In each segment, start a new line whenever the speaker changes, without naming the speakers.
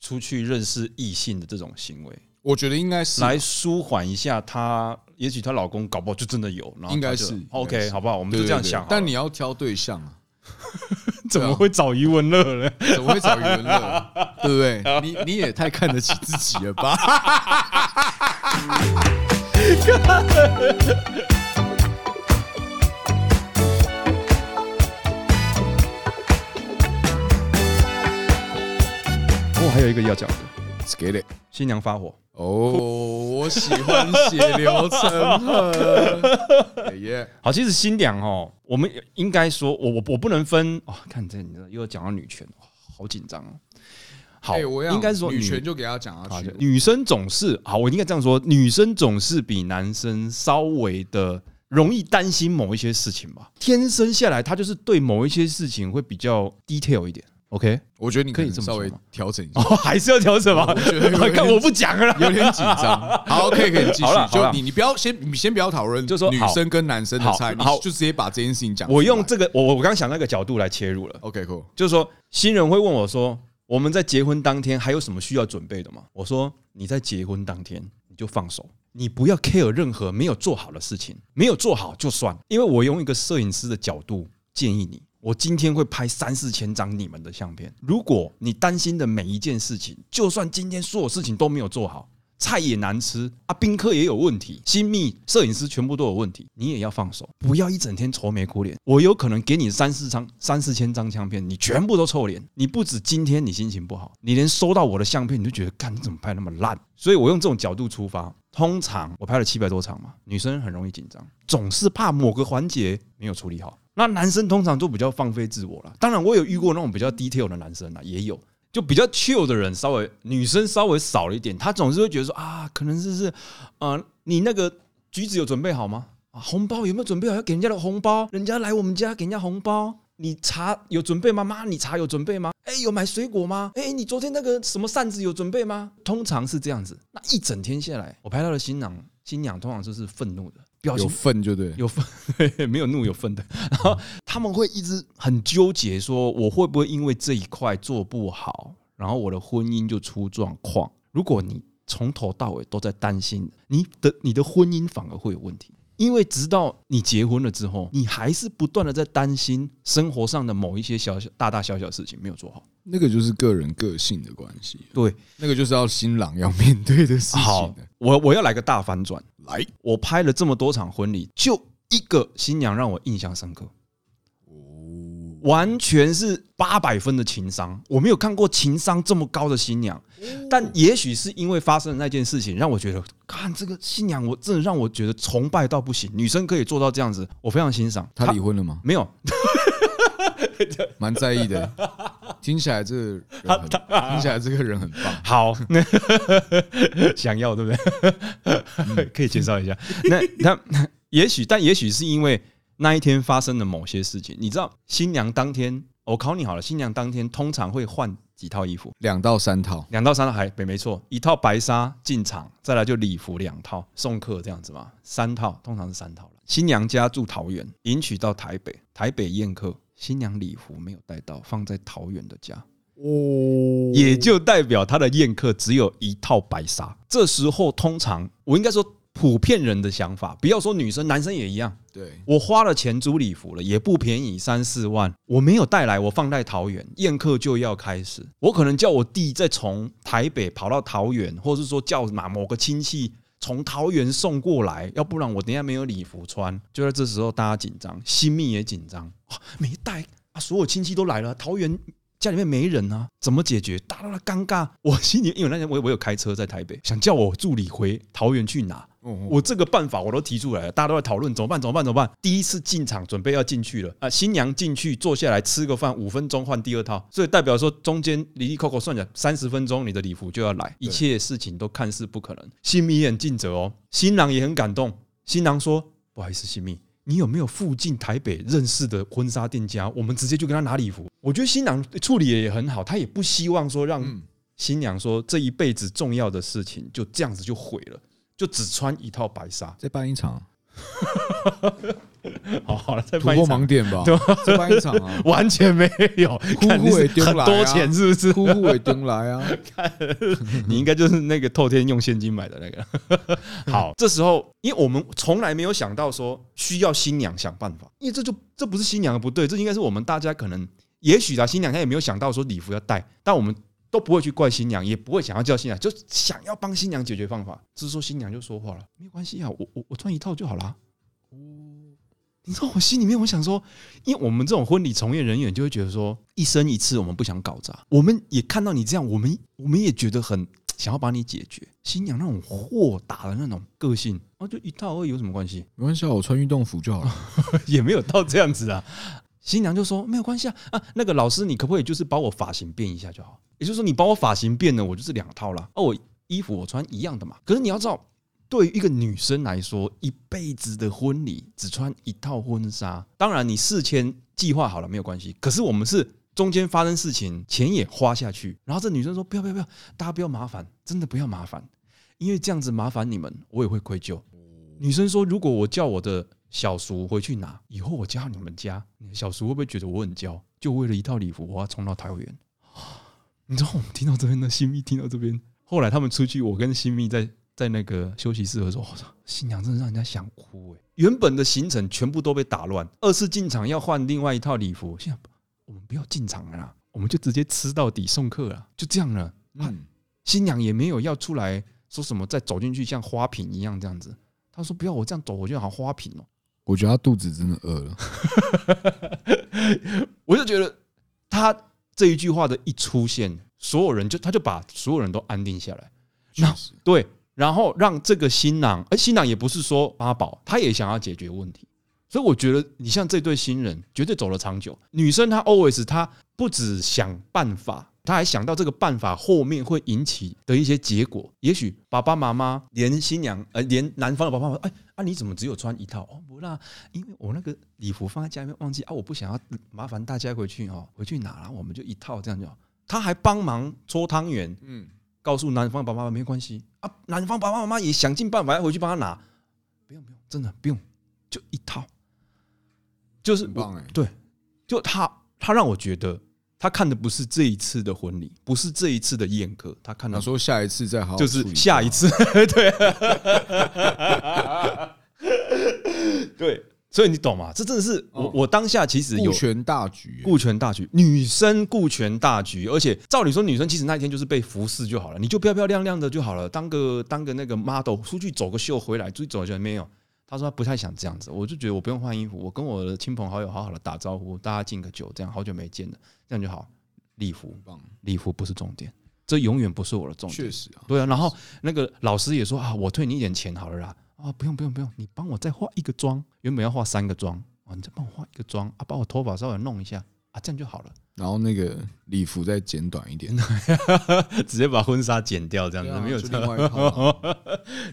出去认识异性的这种行为，
我觉得应该是啊
来舒缓一下她，也许她老公搞不好就真的有，然后她
应该
就是
应该
OK，
是
好不好？我们
对
就
对
这样
对
想好了。
但你啊要挑对象啊，
怎么会找余 文乐呢？
怎么会找余文乐？ 对不对？你你也太看得起自己了吧？
我还有一个要讲的，
给嘞！
新娘发火，
哦，我喜欢血流 成河。哎爷爷，
好，其实新娘哦，我们应该说，我我我不能分哦。看这，你这又讲到女权，哇好紧张哦。好，
哎，我要
应该是说
女权就给他讲啊
好
下去
的，。女生总是好，我应该这样说，女生总是比男生稍微的容易担心某一些事情吧。天生下来，她就是对某一些事情会比较 detail 一点。OK，
我觉得你
可以
能
这么
稍
说
微
吗
调整一下
哦，，还是要调整吗？
我觉得有 点
看我不讲了啦。
有点紧 张。好，可以可以，你继续
好啦。好
就
啦
你你不要先，你先不要讨论，
就说
女
好
生跟男生的
好
差异，你
好
就直接把这件事情讲出来。
我用这个，我我刚刚想那个角度来切入了，
OK cool。
就是说新人会问我说，我们在结婚当天还有什么需要准备的吗？我说你在结婚当天你就放手，你不要 care 任何没有做好的事情，没有做好就算。因为我用一个摄影师的角度建议你。我今天会拍三四千张你们的相片。如果你担心的每一件事情，就算今天所有事情都没有做好，菜也难吃啊，宾客也有问题，新密、摄影师全部都有问题，你也要放手，不要一整天愁眉苦脸。我有可能给你三四张、三四千张相片，你全部都臭脸。你不止今天你心情不好，你连收到我的相片你就觉得，干你怎么拍那么烂？所以我用这种角度出发。通常我拍了七百多场嘛，女生很容易紧张，总是怕某个环节没有处理好。那男生通常都比较放飞自我了。当然，我有遇过那种比较 detail 的男生啦，也有。就比较 chill 的人，稍微女生稍微少了一点，她总是会觉得说啊，可能是是，呃，你那个橘子有准备好吗？啊，红包有没有准备好？要给人家的红包，人家来我们家给人家红包，你茶有准备吗？妈，你茶有准备吗？哎、有买水果吗？哎、你昨天那个什么扇子有准备吗？通常是这样子。那一整天下来，我拍到的新郎新娘通常就是愤怒的，表
有
情
份就对，
有分 没有怒有分的，然后他们会一直很纠结，说我会不会因为这一块做不好，然后我的婚姻就出状况。如果你从头到尾都在担心，你的你的婚姻反而会有问题，因为直到你结婚了之后，你还是不断的在担心生活上的某一些小小大大小小事情没有做好。
那个就是个人个性的关系，
对，
那个就是要新郎要面对的事情
好
的。，
我我要来个大反转，
来，
我拍了这么多场婚礼，就一个新娘让我印象深刻。完全是八百分的情商，我没有看过情商这么高的新娘。但也许是因为发生的那件事情，让我觉得，看这个新娘，我真的让我觉得崇拜到不行。女生可以做到这样子，我非常欣赏。
他离婚了吗？
没有，
蛮在意的，听起来这个人很，听起来这个人很棒。
好，那 想要对不对？可以介绍一下。那那那也许，但也许是因为那一天发生的某些事情。你知道，新娘当天，我考你好了，新娘当天通常会换几套衣服，
两到三套，
两到三套还没没错，一套白纱进场，再来就礼服两套送客这样子嘛，三套通常是三套了。新娘家住桃园，迎娶到台北，台北宴客，新娘礼服没有带到，放在桃园的家。
哦，
也就代表他的宴客只有一套白纱。这时候通常我应该说普遍人的想法，不要说女生，男生也一样。
对，
我花了钱租礼服了，也不便宜，三四万，我没有带来，我放在桃园，宴客就要开始。我可能叫我弟再从台北跑到桃园，或是说叫哪某个亲戚。从桃园送过来，要不然我等一下没有礼服穿。就在这时候，大家紧张，新密也紧张，哇，没带啊，所有亲戚都来了，桃园家里面没人啊，怎么解决？大家都尴尬。我心里因为那天我我有开车在台北，想叫我助理回桃园去拿，
我
我这个办法我都提出来了，大家都在讨论怎么办？怎么办？怎么办？第一次进场准备要进去了啊，新娘进去坐下来吃个饭，五分钟换第二套，所以代表说中间离离扣扣算起来三十分钟，你的礼服就要来，一切事情都看似不可能。新密也很尽责哦，新郎也很感动。新郎说：“不好意思，新密，你有没有附近台北认识的婚纱店家？我们直接就跟他拿礼服。”我觉得新郎处理得也很好，他也不希望说让
嗯
新娘说这一 辈子重要的事情就这样子就毁了，就只穿一套白纱。
再办一场，啊
好好了，再
突
办一
破
场，，
盲点吧，再办一场啊
完全没 有，
哭
看你
哭也
是
丢
很
来
多
啊
钱是不 是？
呼呼也丁来啊，
你应该就是那个透天用现金买的那个。 好，嗯这时候因为我们从来没有想到说需要新娘想办法，因为这就这不是新娘的不对，这应该是我们大家可能也许啊啦，新娘她也没有想到说礼服要带，但我们。都不会去怪新娘，也不会想要叫新娘，就想要帮新娘解决方法。这时候新娘就说话了：“没关系啊，我我我穿一套就好啦。”你知道我心里面，我想说，因为我们这种婚礼从业人员就会觉得说，一生一次，我们不想搞砸。我们也看到你这样，我们我们也觉得很想要把你解决。新娘那种豁达的那种个性，哦，就一套而已，有什么关系？
没关系啊，我穿运动服就好 了。
也没有到这样子啊。新娘就说没有关系啊啊，那个老师，你可不可以就是把我发型变一下就好？也就是说，你把我发型变了，我就是两套啦。哦，我衣服我穿一样的嘛。可是你要知道，对于一个女生来说，一辈子的婚礼只穿一套婚纱，当然你事前计划好了没有关系。可是我们是中间发生事情，钱也花下去，然后这女生说不要不要不要，大家不要麻烦，真的不要麻烦，因为这样子麻烦你们，我也会愧疚。女生说：“如果我叫我的小叔回去拿，以后我嫁到你们家，你的小叔会不会觉得我很娇？就为了一套礼服，我要冲到桃园？”你知道我们听到这边的新密听到这边，后来他们出去，我跟新密在在那个休息室的时候，我操，新娘真的让人家想哭哎、原本的行程全部都被打乱，二次进场要换另外一套礼服，现在我们不要进场了啦，我们就直接吃到底送客了，就这样了。
嗯，
新娘也没有要出来说什么，再走进去像花瓶一样这样子。她说：“不要，我这样走，我就好像花瓶哦。
我觉得他肚子真的饿了。”
我就觉得她这一句话的一出现，所有人就她就把所有人都安定下来。那
确实
对，然后让这个新郎，而新郎也不是说八宝，他也想要解决问题。所以我觉得，你像这对新人，绝对走了长久。女生她 always 她不只想办法，她还想到这个办法后面会引起的一些结果。也许爸爸妈妈连新娘呃连男方的爸爸妈妈，哎啊你怎么只有穿一套？哦不啦，因为我那个礼服放在家里面忘记啊，我不想要麻烦大家回去哦，回去拿，然后我们就一套这样就好。他还帮忙搓汤圆，
嗯，
告诉男方爸爸妈妈没关系啊，男方爸爸妈妈也想尽办法要回去帮他拿，不用不用，真的不用，就一套，就是
很
我
棒哎，
对，就他他让我觉得他看的不是这一次的婚礼，不是这一次的宴客，他看
他
的
说下一次再好好
就
处理
是
吧
下一 次，对， 对，所以你懂吗？这真的是我
哦
我当下其实有
顾全大局欸，
顾全大局，女生顾全大局，而且照理说，女生其实那一天就是被服侍就好了，你就漂漂亮亮的就好了，当个当个那个 model 出去走个秀回来，出去走一圈没有。他说他不太想这样子，我就觉得我不用换衣服，我跟我的亲朋好友好好的打招呼，大家敬个酒，这样好久没见了，这样就好。礼服
很，棒，
礼服不是重点，这永远不是我的重点。
确实啊，
对啊，然后那个老师也说啊，我退你一点钱好了啦。啊，不用不用不用，你帮我再化一个妆，原本要化三个妆啊，你再帮我化一个妆啊，把我头发稍微弄一下啊，这样就好了，
然后那个礼服再剪短一点，
直接把婚纱剪掉，这样子、
对啊
没有
就
差
另外一套 啊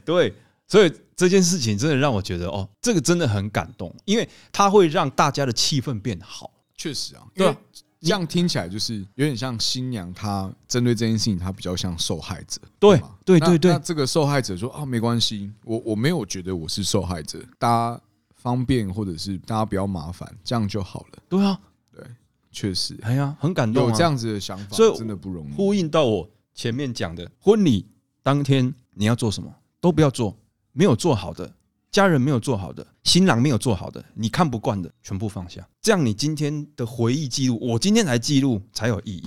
对，所以这件事情真的让我觉得哦，这个真的很感动，因为它会让大家的气氛变好。
确实啊，
对
因
啊
为这样听起来就是有点像新娘，她针对这件事情，她比较像受害者。
对
吗
对
那
对对
那这个受害者说啊，没关系，我我没有觉得我是受害者，大家方便或者是大家不要麻烦，这样就好了。
对啊，
确实
哎呀，很感动、啊。
有这样子的想法，
所以
真的不容易。
呼应到我前面讲的，婚礼当天你要做什么都不要做，没有做好的，家人没有做好的，新郎没有做好的，你看不惯的，全部放下。这样你今天的回忆记录，我今天来记录才有意义。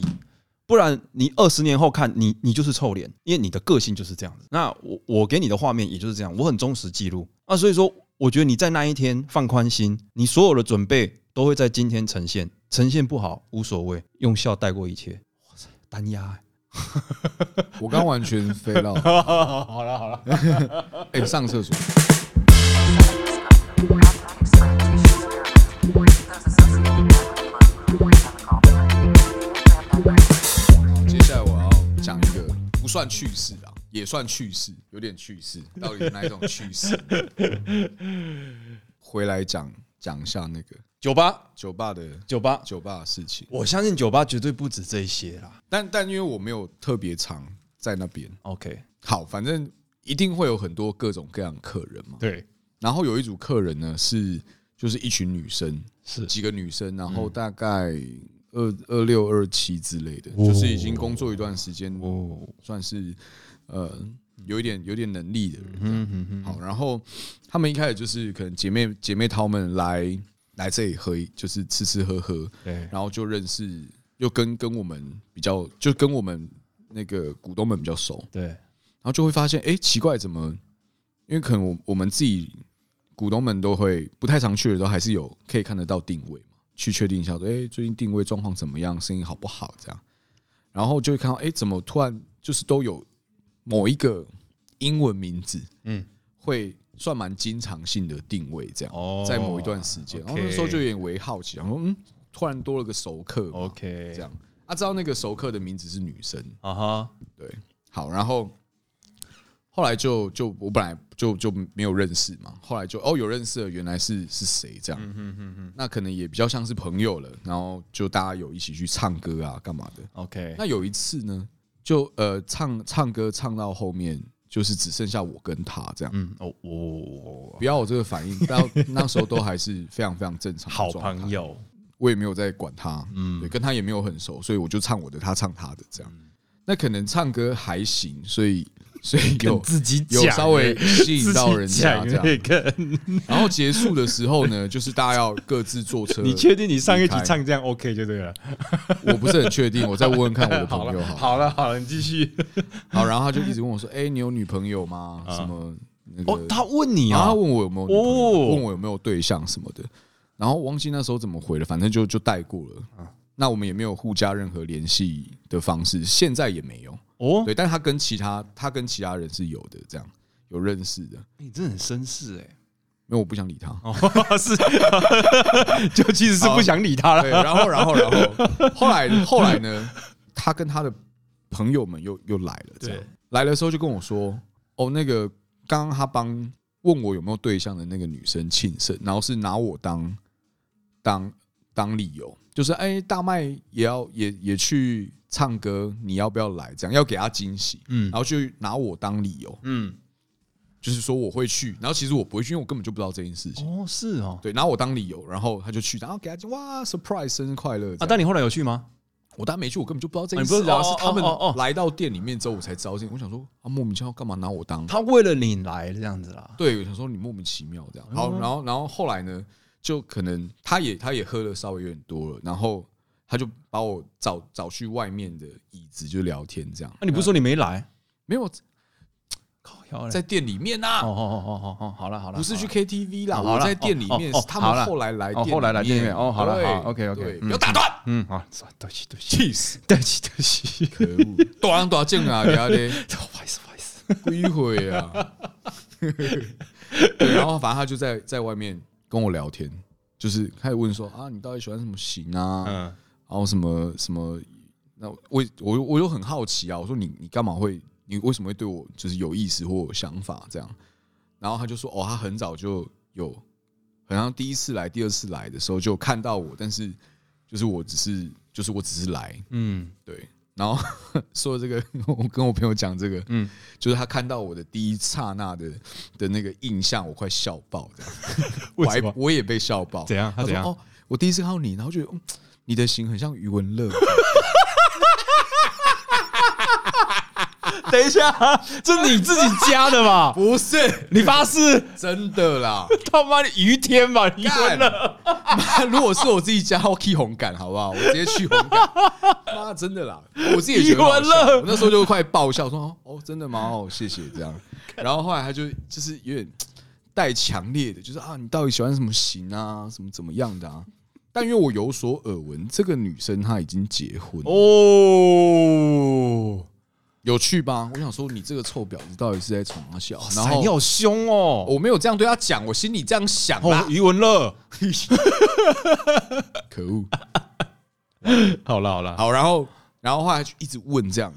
不然你二十年后看你，你就是臭脸，因为你的个性就是这样子。那我我给你的画面也就是这样，我很忠实记录。那所以说，我觉得你在那一天放宽心，你所有的准备都会在今天呈现，呈现不好无所谓，用笑带过一切。哇塞，单压、欸。
我刚完全飞到，
好了好了，
哎、上厕所。接下来我要讲一个不算趣事啊，也算趣事，有点趣事，到底是哪一种趣 事？回来讲讲一下那个
酒吧
酒吧的
酒吧，
酒吧的事情，
我相信酒吧绝对不止这一些啦。
但但因为我没有特别常在那边，
OK，
好，反正一定会有很多各种各样的客人嘛。
对，
然后有一组客人呢是就是一群女生，
是
几个女生，然后大概二二六二七之类的，就是已经工作一段时间，
哦，
算是呃有一点有点能力的人。
嗯哼哼，
好，然后他们一开始就是可能姐妹姐妹淘们来来这里喝一，就是吃吃喝喝，
对，
然后就认识，又跟跟我们比较，就跟我们那个股东们比较熟，
对，
然后就会发现，哎、奇怪，怎么？因为可能我我们自己股东们都会不太常去的，都还是有可以看得到定位嘛，去确定一下说，哎、最近定位状况怎么样，生意好不好这样。然后就会看到，哎、怎么突然就是都有某一个英文名字，
嗯
嗯，会算蛮经常性的定位这样，
哦
在某一段时间，然后那时候就有点为好奇，然后嗯，突然多了个熟客嘛
OK，
这样。啊，知道那个熟客的名字是女生，
啊哈，
好，然后后来就就我本来就就没有认识嘛，后来就哦有认识了，原来是是谁这样，
嗯
那可能也比较像是朋友了，然后就大家有一起去唱歌啊干嘛的。
，OK，
那有一次呢，就呃唱唱歌唱到后面，就是只剩下我跟他这样。
嗯，哦，我
不要我这个反应，到那时候都还是非常非常正常。
好朋，友，
我也没有在管他，
嗯
对，跟他也没有很熟，所以我就唱我的，他唱他的这样。那可能唱歌还行，所以 所以有
自己
有
讲
稍 微
欸
吸引到人家
自
这
己讲那欸
样。
个，
然后结束的时候呢， 就是大家要各自坐车。
你确定你上一集
离开
唱这样 OK 就对了？
我不是很确定， 我再问问看我的朋友好
好
了。
了好了，你继续。
好，然后他就一直问我说：“哎，你有女朋友吗？
啊
什么那个？”
哦，他问你
然后他
啊，
问我有没有女朋友
哦
问我有没有对象什么的。然后忘记那时候怎么回了，反正就就带过了。
啊
那我们也没有互加任何联系的方式，现在也没有。
哦，
对，但他跟其他他跟其他人是有的，这样有认识的。
你真的很绅士哎。
因为我不想理他。
哦， 是， 就其实是不想理他
对，
了。
然后然后然后后来后来呢，他跟他的朋友们又又来了，这样
对
来的时候就跟我说，哦，那个刚刚他帮问我有没有对象的那个女生庆生，然后是拿我当当当理由，就是哎、大麦也要也也去唱歌，你要不要来？这样要给他惊喜，
嗯
然后就拿我当理由，
嗯，
就是说我会去，然后其实我不会去，因为我根本就不知道这件事情。
哦，是哦。
对，拿我当理由，然后他就去，然后给他惊哇，surprise，生日快乐这样
啊，但你后来有去吗？
我当然没去，我根本就不知道这
啊
件
你不
事
是
啊，
哦
是他们
哦哦哦
来到店里面之后我才知道这件事。我想说啊，莫名其妙干嘛拿我当？
他为了你来这样子啦。
对，我想说你莫名其妙这样。
嗯
好，然后然后后来呢，就可能他也他也喝了稍微有点多了，然后他就把我找找去外面的椅子就聊天这样。
那你不是说你没来？
没有
哎靠腰嘞，
在店里面
哦
啊？
哦哦哦哦，好了好了，
不是去
好
KTV 啦，
哦好
我
啦
在店里面
哦哦哦，
是他
好啦
们后来来
哦
店里面，
后来来店里面哦好啦好，OK，OK，
对
嗯
不要打断
了，嗯，好，算了对不起对不起，
气死！
对不起对不起，
可恶， 多少多少劲啊，你啊嘞！
不好意思不好意思，
归回啊。 对，然后反正他就在在外面跟我聊天，就是开始问说啊，你到底喜欢什么型啊？
嗯
然后什么什么？那我我我又很好奇啊，我说你你干嘛会你为什么会对我就是有意思或有想法这样？然后他就说哦，他很早就有，好像第一次来、第二次来的时候就看到我，但是就是我只是就是我只是来，
嗯
对，然后 说这个，我跟我朋友讲这个，
嗯
嗯，就是他看到我的第一刹那的的那个印象，我快笑爆这样，我
为什么
还我也被笑爆。
怎样他
他
怎
说
样
哦，我第一次看到你，然后觉得、嗯、你的型很像余文乐，
等一下，这是你自己加的 吧？
不是
你发誓
真的啦。
他妈的于天吧？离婚
干
了，
妈如果是我自己加，我 key 红感好不好？我直接去红感，妈真的啦，我自己也觉得很好
余
笑
文乐
我那时候就快爆笑说哦，真的吗？哦，谢谢这样。然后后来他就就是有点带强烈的，就是啊，你到底喜欢什么型啊，什么怎么样的啊？但因为我有所耳闻，这个女生她已经结婚，
哦，
有趣吧？我想说，你这个臭婊子到底是在宠她笑？然
塞
后
你好凶哦，
我没有这样对她讲，我心里这样想啦
哦，。余文乐，
可恶！
好了好了，
好，然后然后后来就一直问这样，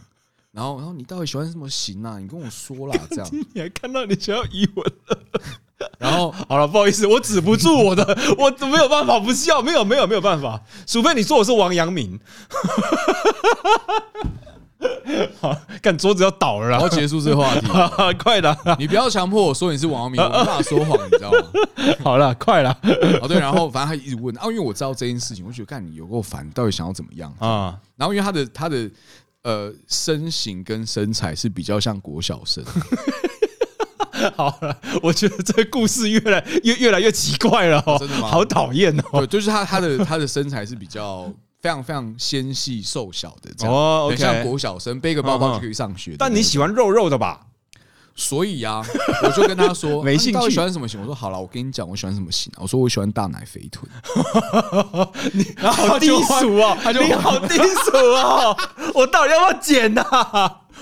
然后然后你到底喜欢什么型啊？你跟我说啦，这样，
你还看到你想要余文
然后
好了，不好意思，我止不住我的， 我没有办法不笑， 没有没有没有办法，除非你说我是王阳明，干桌子要倒了
然后结束这个话题，
啦， 快了，
你不要强迫我说你是王阳明，我没办法说谎，你知道吗？
好了，快了
哦，对，然后反正他一直问啊，因为我知道这件事情，我就觉得干你有够烦，到底想要怎么样？
啊！
然后因为他的他的呃身形跟身材是比较像国小生，
好了，我觉得这个故事越来越越来越奇怪了哦，
真的吗
好讨厌哦。
对，就是他他的他的身材是比较非常非常纤细瘦小的这样，
哦
很像
，OK，
国小生背个包包就可以上学的那种。
但你喜欢肉肉的吧？
所以啊， 我就跟他 说，
没
啊
兴
你到底
趣
喜欢什么型？我说好了，我跟你讲，我喜欢什么型啊？我说我喜欢大奶肥臀。
你好低俗哦，
他就换
你好低俗哦！我到底要不要剪呐、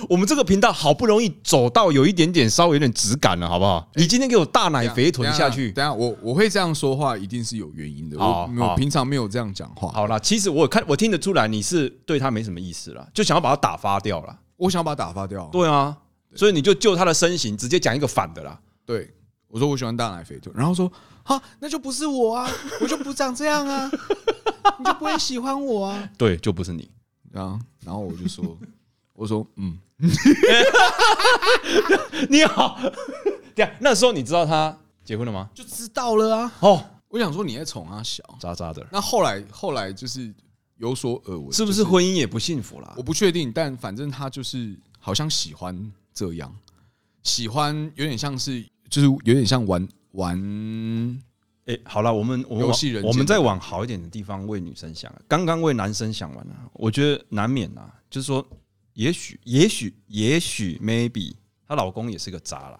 我们这个频道好不容易走到有一点点稍微有点质感了，好不好？你今天给我大奶哎肥臀下去，哦
等一下我我会这样说话，一定是有原因的。
好
我
好
我平常没有这样讲话，
好啦，其实我看我听得出来你是对他没什么意思啦，就想要把他打发掉啦。
我想要把它打发掉。
对啊，所以你就就他的身形直接讲一个反的啦。
对，我说我喜欢大奶肥臀，然后说哈，那就不是我啊，我就不长这样啊， 你就不会喜欢我啊。
对，就不是你。
然后然后我就说，我说嗯，
你好，对啊，那时候你知道他结婚了吗？
就知道了啊。
哦，
我想说你在宠啊小，
渣渣的，
那后来后来就是有所耳闻，
是不
就是
婚姻也不幸福啦
我？不确定，但反正他就是好像喜欢这样，喜欢有点像是就是有点像玩玩，
哎，好了，我们我们
游戏人间
我们再往好一点的地方为女生想，啊刚刚为男生想完了，我觉得难免啊，就是说，也许也许也许 maybe 她老公也是个渣啦，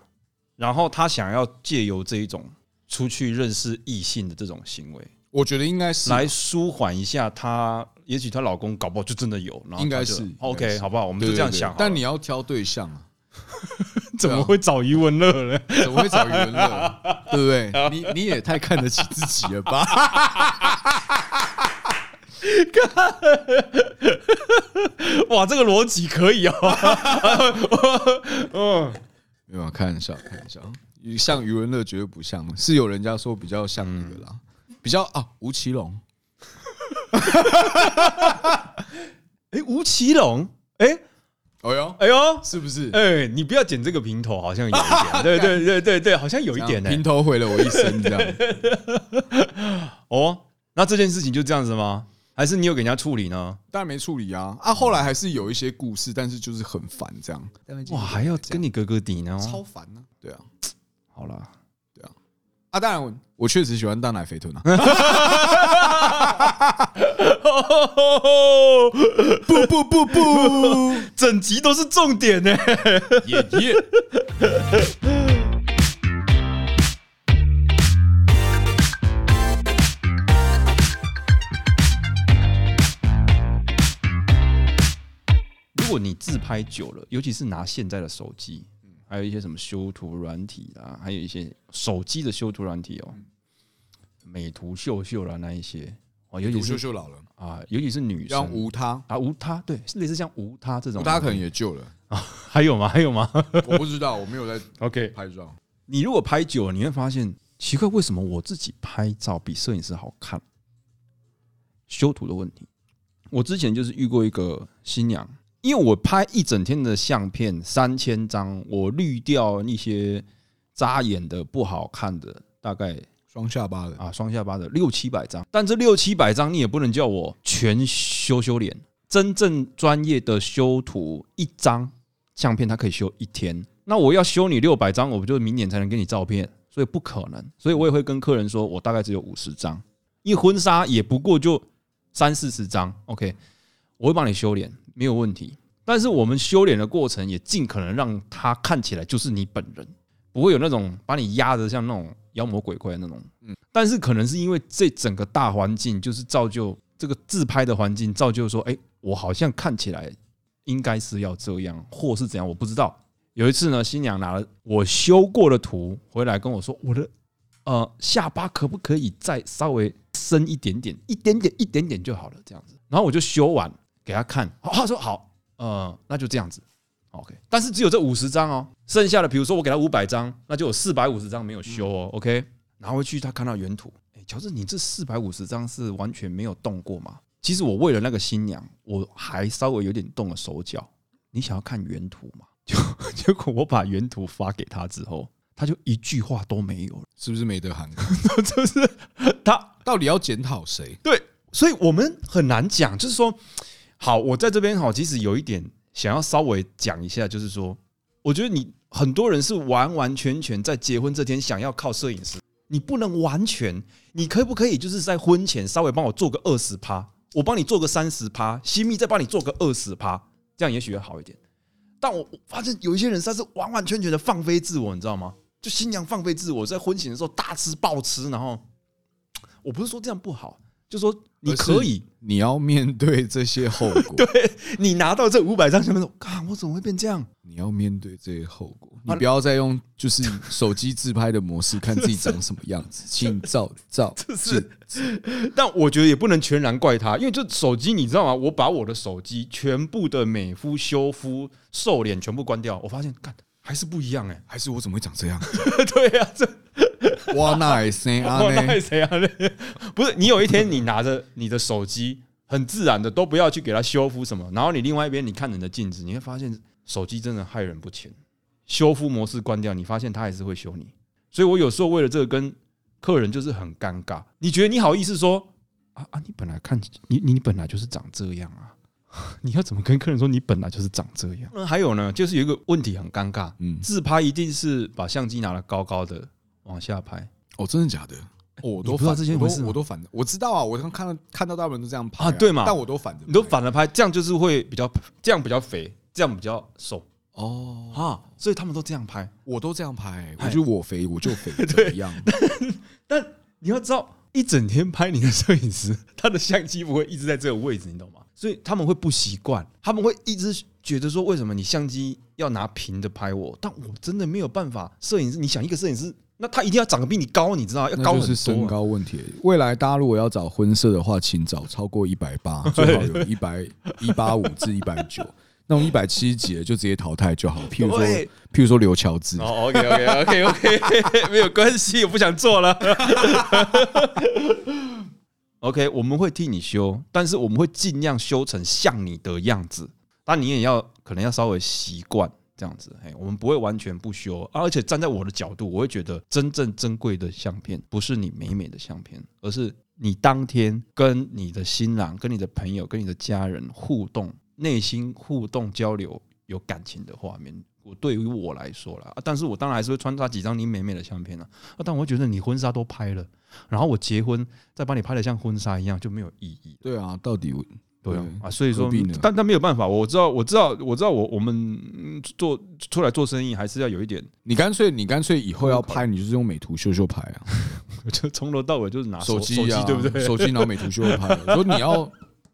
然后她想要借由这一种出去认识异性的这种行为，
我觉得应该是啊
来舒缓一下她，也许她老公搞不好就真的有，然后
应该
她就是
应该
OK，
是
好不好？我
我
们就这样想好了。
但你要挑对象啊，
怎么会找余文乐呢？
怎么会找余文乐？对不对？你你也太看得起自己了吧？
哇，这个逻辑可 以哦。 嗯，
没有，啊看一下看一下，像余文乐绝对不像，是有人家说比较像那个啦，
嗯
比较啊吴奇隆，
哎，吴奇隆，哎，
哎呦，
哎呦，
是不是？
哎，你不要剪这个平头，好像有一 点，对对对对对，好像有一点欸呢
平。头毁了我一生，这样。
哦，那这件事情就这样子吗？还是你有给人家处理呢？
当然没处理啊
嗯
啊！后来还是有一些故事，但是就是很烦这样。
哇，还要跟你哥哥抵呢？
超烦呢、对啊，
好了，
啊，当然我我确实喜欢大奶肥
哎
臀啊。 不不不不，
整集都是重点 呢。
耶耶！
如果你自拍久了，尤其是拿现在的手机，还有一些什么修图软体啊，还有一些手机的修图软体哦，美图秀秀啦那一些哦，尤其
吴秀
是
秀老了，
啊，尤其是女
让
生
吴他，
啊，无他对，类似像无他这种，
吴他可能也救了，
还有吗？还有 吗
我不知道，我没有在
？OK，
拍照。
你如果拍久了，你会发现奇怪，为什么我自己拍照比摄影师好看？修图的问题，我之前就是遇过一个新娘，因为我拍一整天的相片三千张，我滤掉一些扎眼的、不好看的，大概
双下巴的，
啊双下巴的六七百张。但这六七百张，你也不能叫我全修修脸。真正专业的修图，一张相片它可以修一天。那我要修你六百张，我不就明年才能给你照片，所以不可能。所以我也会跟客人说，我大概只有五十张，一婚纱也不过就三四十张。OK，我会帮你修脸，没有问题。但是我们修脸的过程也尽可能让他看起来就是你本人，不会有那种把你压得像那种妖魔鬼怪的那种。但是可能是因为这整个大环境，就是造就这个自拍的环境，造就说，哎、我好像看起来应该是要这样，或是怎样，我不知道。有一次呢，新娘拿了我修过的图回来跟我说，我的呃下巴可不可以再稍微深一点点，一点点，一点点就好了，这样子。然后我就修完给她看，哦她说好，呃，那就这样子。OK，但是只有这五十张哦，剩下的比如说我给她五百张，那就有四百五十张没有修哦。OK，拿回去，他看到原图，哎、乔治，你这四百五十张是完全没有动过吗？其实我为了那个新娘，我还稍微有点动了手脚，你想要看原图吗？” 就结果我把原图发给他之后，他就一句话都没有了，
是不是没得喊？
就是他
到底要检讨谁？
对，所以我们很难讲，就是说，好，我在这边哈，其实有一点想要稍微讲一下，就是说，我觉得你很多人是完完全全在结婚这天想要靠摄影师，你不能完全，你可不可以就是在婚前稍微帮我做个二十趴，我帮你做个三十趴，新密再帮你做个二十趴，这样也许会好一点。但我我发现有一些人他是完完全全的放飞自我，你知道吗？就新娘放飞自我，在婚前的时候大吃暴吃，然后我不是说这样不好，就说你
而是
可以，
你要面对这些后 果，
你拿到这五百张相片，说：“啊，我怎么会变这样？
你要面对这些后果。
啊
你不要再用就是手机自拍的模式看自己长什么样 子，请照照，
是但我觉得也不能全然怪他，因为这手机你知道吗？我把我的手机全部的美肤、修肤、瘦脸全部关掉，我发现干还是不一样哎、
还是我怎么会长这样？
对呀、啊，这
哇那也生啊
我
呢
赖？谁啊？ 不是你有一天你拿着你的手机，很自然的都不要去给它修复什么，然后你另外一边你看你的镜子，你会发现手机真的害人不浅。修复模式关掉，你发现它还是会修你。所以我有时候为了这个跟客人就是很尴尬。你觉得你好意思说啊啊？你本来看 你你你本来就是长这样啊。你要怎么跟客人说你本来就是长这样？那嗯还有呢，就是有一个问题很尴尬，
嗯，
自拍一定是把相机拿得高高的往下拍，
哦，真的假的？哦我
你
都
不知道
反
这件
我都
回事吗
我都反的，我知道啊，我刚看到看到大部分都这样拍
啊对嘛
但我都反的，
你都反着拍，这样就是会比较这样比较肥，这样比较瘦
哦，
啊，所以他们都这样拍。
我都这样拍，
哎
我觉得我肥我就 肥，怎么样？
但你要知道，一整天拍你的摄影师，他的相机不会一直在这个位置，你懂吗？所以他们会不习惯，他们会一直觉得说，为什么你相机要拿平的拍我？但我真的没有办法，摄影师，你想一个摄影师，那他一定要长得比你高，你知道，要
那
高
就是
很
身
多啊。
高问题。未来大家如果要找婚摄的话，请找超过一百 八，最好有一百一八五至一百九，那种一百七几的就直接淘汰就好。譬如说，
对
譬如说刘乔治，
哦，OK OK OK OK，没有 关系，我不想做了。OK，我们会替你修，但是我们会尽量修成像你的样子。但你也要可能要稍微习惯这样子，嘿，我们不会完全不修、啊而且站在我的角度，我会觉得真正珍贵的相片不是你美美的相片，而是你当天跟你的新郎、跟你的朋友、跟你的家人互动、内心互动交流有感情的画面。我对于我来说啦、啊，但是我当然还是会穿插几张你美美的相片啊，啊但我会觉得你婚纱都拍了，然后我结婚再把你拍的像婚纱一样就没有意义。
对啊，到底
对啊
对，
啊，所以说
何必呢，
但但没有办法，我知道，我知道，我知道我，我们嗯做出来做生意还是要有一点，
你干脆你干脆以后要拍，你就是用美图秀秀拍啊，
就从头到尾就是拿手
机啊，
手对不对？
手机拿美图秀秀拍。说你要，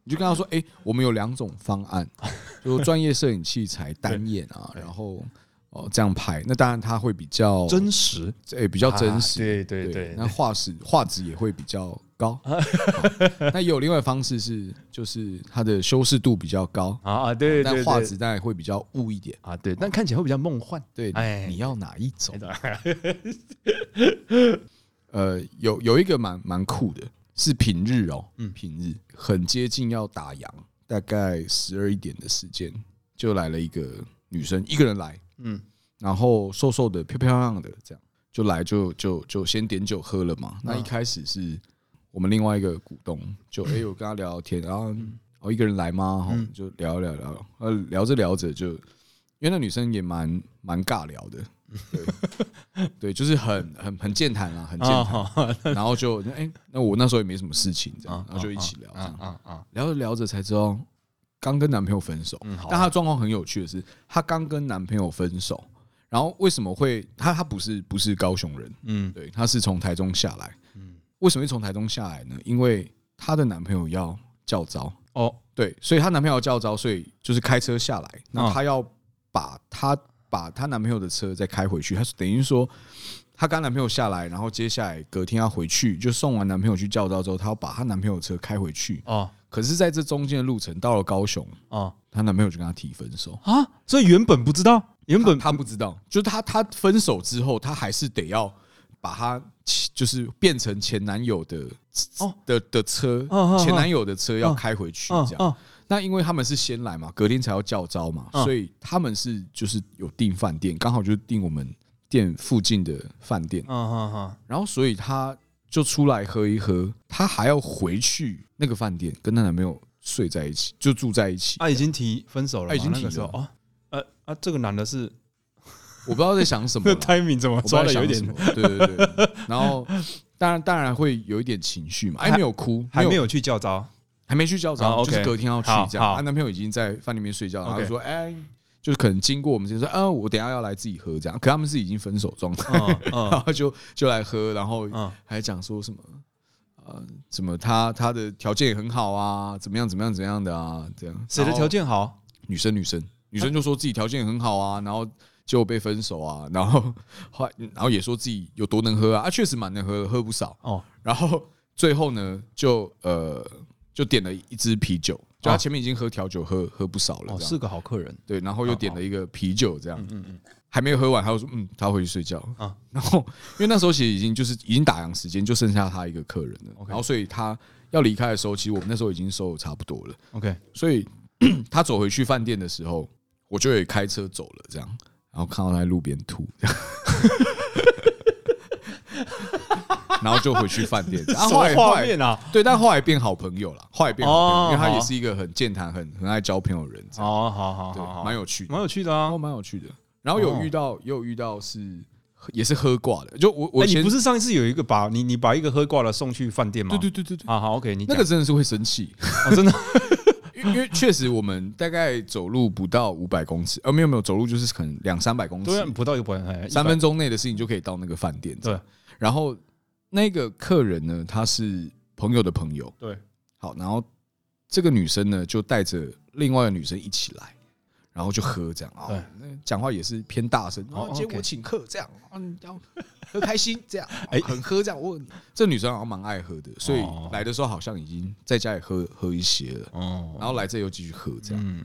你就跟他说，哎，我们有两种方案，就专业摄影器材单眼啊，
对
然后哦这样拍，那当然他会比较
真实，
诶、比较真实，
啊对对对
那画质画质也会比较高。 好那也有另外的方式是，就是它的修饰度比较高，
啊啊，对对
但
对，
画质当然会比较雾一点。
啊，对，但看起来会比较梦幻。
对，
哎
你要哪一种
哎？对
呃，有有一个蛮蛮酷的，是平日哦，嗯，平日很接近要打烊，大概十二一点的时间，就来了一个女生，一个人来，
嗯，
然后瘦瘦的、漂漂亮亮的，这样就来就就就先点酒喝了
嗯
嘛。那一开始是我们另外一个股东， 就哎、我跟他聊聊天，然后
嗯
哦一个人来吗？哦就聊一聊聊，呃聊着聊着就，因为那女生也蛮蛮尬聊的， 对对，就是很很很健谈啦，很健
啊
谈。
好
然后就哎、那我那时候也没什么事情，这样
啊，
然后就一起聊，这
啊
样
啊啊，
聊着聊着才知道，刚跟男朋友分手。
嗯，好
但她状况很有趣的是，她刚跟男朋友分手，然后为什么会她她不是不是高雄人，
嗯
对，她是从台中下来。
嗯，
为什么会从台中下来呢？因为她的男朋友要教招，
哦，
对，所以她男朋友要教招，所以就是开车下来，那
嗯
她要把她把她男朋友的车再开回去，她等于说。她跟她男朋友下来，然后接下来隔天要回去，就送完男朋友去教招之后，她要把她男朋友的车开回去。
哦，
可是，在这中间的路程，到了高雄，
哦
她男朋友就跟她提分手。
啊，所以原本不知道，原本
他他不知道，就是他他分手之后，他还是得要把他就是变成前男友的
哦
的的车
哦哦，
嗯前男友的车要
哦
开回去
啊
这样。
啊
那因为他们是先来嘛，隔天才要叫招嘛，
嗯
所以他们是就是有订饭店，刚好就是订我们店附近的饭店，
嗯嗯嗯，
然后所以他就出来喝一喝，他还要回去那个饭店跟她男朋友睡在一起，就住在一起。
他啊已经提分手了嘛，
啊已经
那个
提
时候
了
哦，呃啊，这个男的 是
我不知道在想什 么
这
啦，
timing 怎么
我不知道
抓
在
的有
想
一
什么
点，
对对 对。然后当然当然会有一点情绪嘛，哎，
还
没有哭，
还没
有
有去叫招，
还没去叫
啊
早，
，OK
就是隔天要去
好
这样。啊
好
她男朋友已经在饭店里面睡觉，然后
OK
就说哎。就是可能经过我们这边说，啊，我等一下要来自己喝这样，可他们是已经分手状态，
嗯
然
嗯
后就就来喝，然后
嗯
还讲说什么呃，什么他他的条件也很好啊，怎么样怎么样怎样的啊，这样
谁的条？件好？
然后女生女
啊
生女生就说自己条件很好啊，然后结果被分手啊，然后 后来然后也说自己有多能喝啊，啊确实蛮能喝的，喝不少。
哦，
然后最后呢，就呃就点了一支啤酒，就他
哦
前面已经喝调酒喝喝不少了，
哦，
这样
是个好客人，
对，然后又点了一个啤酒，这样，
嗯
还没有喝完，他就说，嗯，他回去睡觉
啊
然后，因为那时候其实已经就是已经打烊时间，就剩下他一个客人了。
OK
然后，所以他要离开的时候，其实我们那时候已经收的差不多了。
，OK，
所以 他走回去饭店的时候，我就也开车走了，这样，然后看到他在路边吐， 这样然后就回去饭店。然后
什
后来
么
后
画
来
面啊？
对，但后来变好朋友了，后来变好朋友，
哦
因为他也
好
是一个很健谈、很很爱交朋友的人，这样
哦， 好好
对
好，哦好，
蛮有趣的，
蛮有趣的
然
啊
后。蛮有趣的。然后有遇到，也有遇到是也是喝挂的，就我我
哎，你
先
不是上一次有一个把你你把一个喝挂了送去饭店吗？
对对对对对，
啊，好，OK，你
那
讲
个真的是会生气，
哦真的
因为因为确实我们大概走路不到五百公尺，呃，没有没有，走路就是可能两三百公尺
对，啊，不到一个朋友，
三分钟内的事情就可以到那个饭店。
对，
然后那个客人呢，他是朋友的朋友，
对，
好，然后这个女生呢就带着另外的女生一起来，然后就喝这样啊，
对
哦那讲话也是偏大声，然
哦
后今天
OK 哦
我请客这样，啊，你要喝开心这样，哦
哎
很喝这样。我这女生好像蛮爱喝的，所以
哦
来的时候好像已经在家里喝喝一些了，
哦，
然后来这又继续喝这样，
嗯，